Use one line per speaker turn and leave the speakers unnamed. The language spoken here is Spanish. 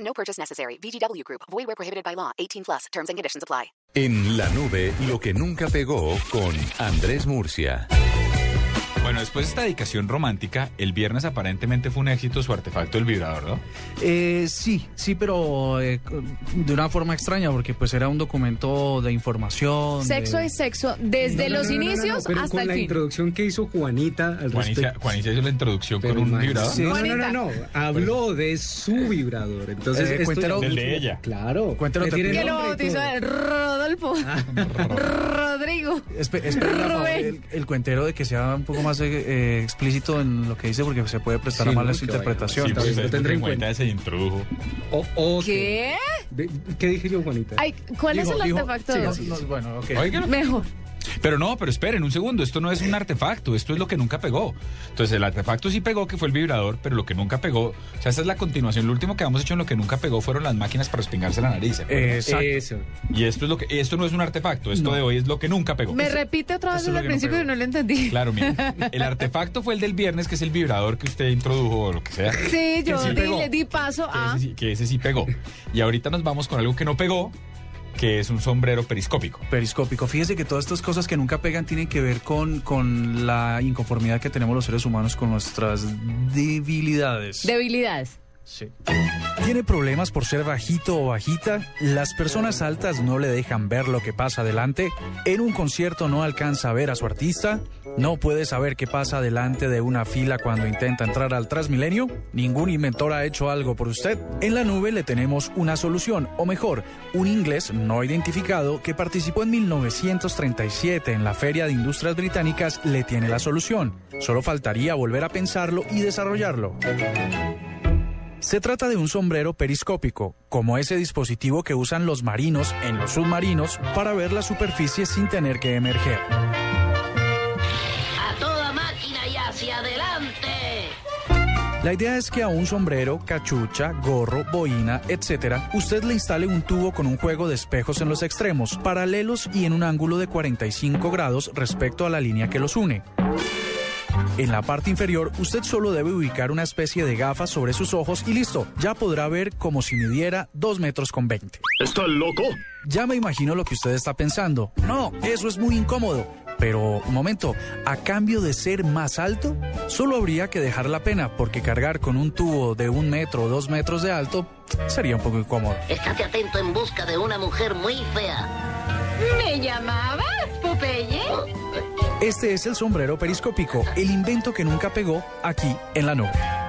No purchase necessary. VGW Group. Void where prohibited by law. 18 plus. Terms and conditions apply.
En la nube, lo que nunca pegó con Andrés Murcia.
Bueno, después de esta dedicación romántica, el viernes aparentemente fue un éxito su artefacto el vibrador, ¿no?
Eh, sí, sí, pero eh, de una forma extraña, porque pues era un documento de información.
Sexo
de-
es sexo, desde
No,
los
no, no, no, no,
inicios
pero
hasta
con
el
la
fin.
introducción que hizo Juanita al
Juanita,
respecto.
Juanita hizo la introducción
Pero
con un
imagínate.
vibrador.
Sí, no,
Juanita.
no, no, no, habló de su vibrador. Entonces,
Eh,
esto
cuéntelo-
ya-
Del de ella.
Claro.
Cuéntelo
le
tú.
tiene
Que lo
nombre y
bautizó
todo.
el Rodolfo. Rodrigo.
Espe- esperen, por favor,
Rubén.
el, el cuentero de que sea un poco más eh, eh, explícito en lo que dice, porque se puede prestar a
Sí,
mala
no,
su
que vaya,
interpretación.
Sí,
Tal vez
pues,
lo tendré en cuenta.
se introdujo.
O- o que-
¿Qué?
de- oh, ¿Qué dije yo, Juanita?
Ay, ¿Cuál es
Dijo-
el
dijo-
artefacto?
sí, no,
dos?
no, bueno, ok.
Oigan,
Mejor.
Pero no, pero esperen un segundo, esto no es un artefacto, esto es lo que nunca pegó. Entonces el artefacto sí pegó, que fue el vibrador, pero lo que nunca pegó, o sea, esa es la continuación. Lo último que habíamos hecho en lo que nunca pegó fueron las máquinas para espingarse la nariz. ¿se
Eh.
acuerdan?
Exacto.
Eso.
y esto es lo que, esto no es un artefacto, esto de hoy es lo que nunca pegó.
Me repite otra vez
Eso es
desde
lo
el
que no
principio
pegó.
y no lo entendí.
Claro, mira, el artefacto fue el del viernes, que es el vibrador que usted introdujo o lo que sea.
Sí, yo
sí
di-
pegó.
le di paso
que
a.
ese, sí, que ese sí pegó. Y ahorita nos vamos con algo que no pegó, que es un sombrero periscópico.
Periscópico. Fíjese que todas estas cosas que nunca pegan tienen que ver con, con la inconformidad que tenemos los seres humanos con nuestras debilidades.
Debilidades.
¿Tiene problemas por ser bajito o bajita? ¿Las personas altas no le dejan ver lo que pasa adelante? ¿En un concierto no alcanza a ver a su artista? ¿No puede saber qué pasa delante de una fila cuando intenta entrar al Transmilenio? ¿Ningún inventor ha hecho algo por usted? En la nube le tenemos una solución, o mejor, un inglés no identificado que participó en 1937 en la Feria de Industrias Británicas le tiene la solución. Solo faltaría volver a pensarlo y desarrollarlo. Se trata de un sombrero periscópico, como ese dispositivo que usan los marinos en los submarinos para ver la superficie sin tener que emerger.
A toda máquina y hacia adelante.
La idea es que a un sombrero, cachucha, gorro, boina, etc., usted le instale un tubo con un juego de espejos en los extremos, paralelos y en un ángulo de 45 grados respecto a la línea que los une. En la parte inferior, usted solo debe ubicar una especie de gafas sobre sus ojos y listo, ya podrá ver como si midiera 2 metros con 20.
¿Estás loco?
Ya me imagino lo que usted está pensando. No, eso es muy incómodo. Pero, un momento, a cambio de ser más alto, solo habría que dejar la pena, porque cargar con un tubo de un metro o dos metros de alto sería un poco incómodo.
Estate atento en busca de una mujer muy fea.
¿Me llamabas, Popeye?
Este es el sombrero periscópico, el invento que nunca pegó aquí en la nube.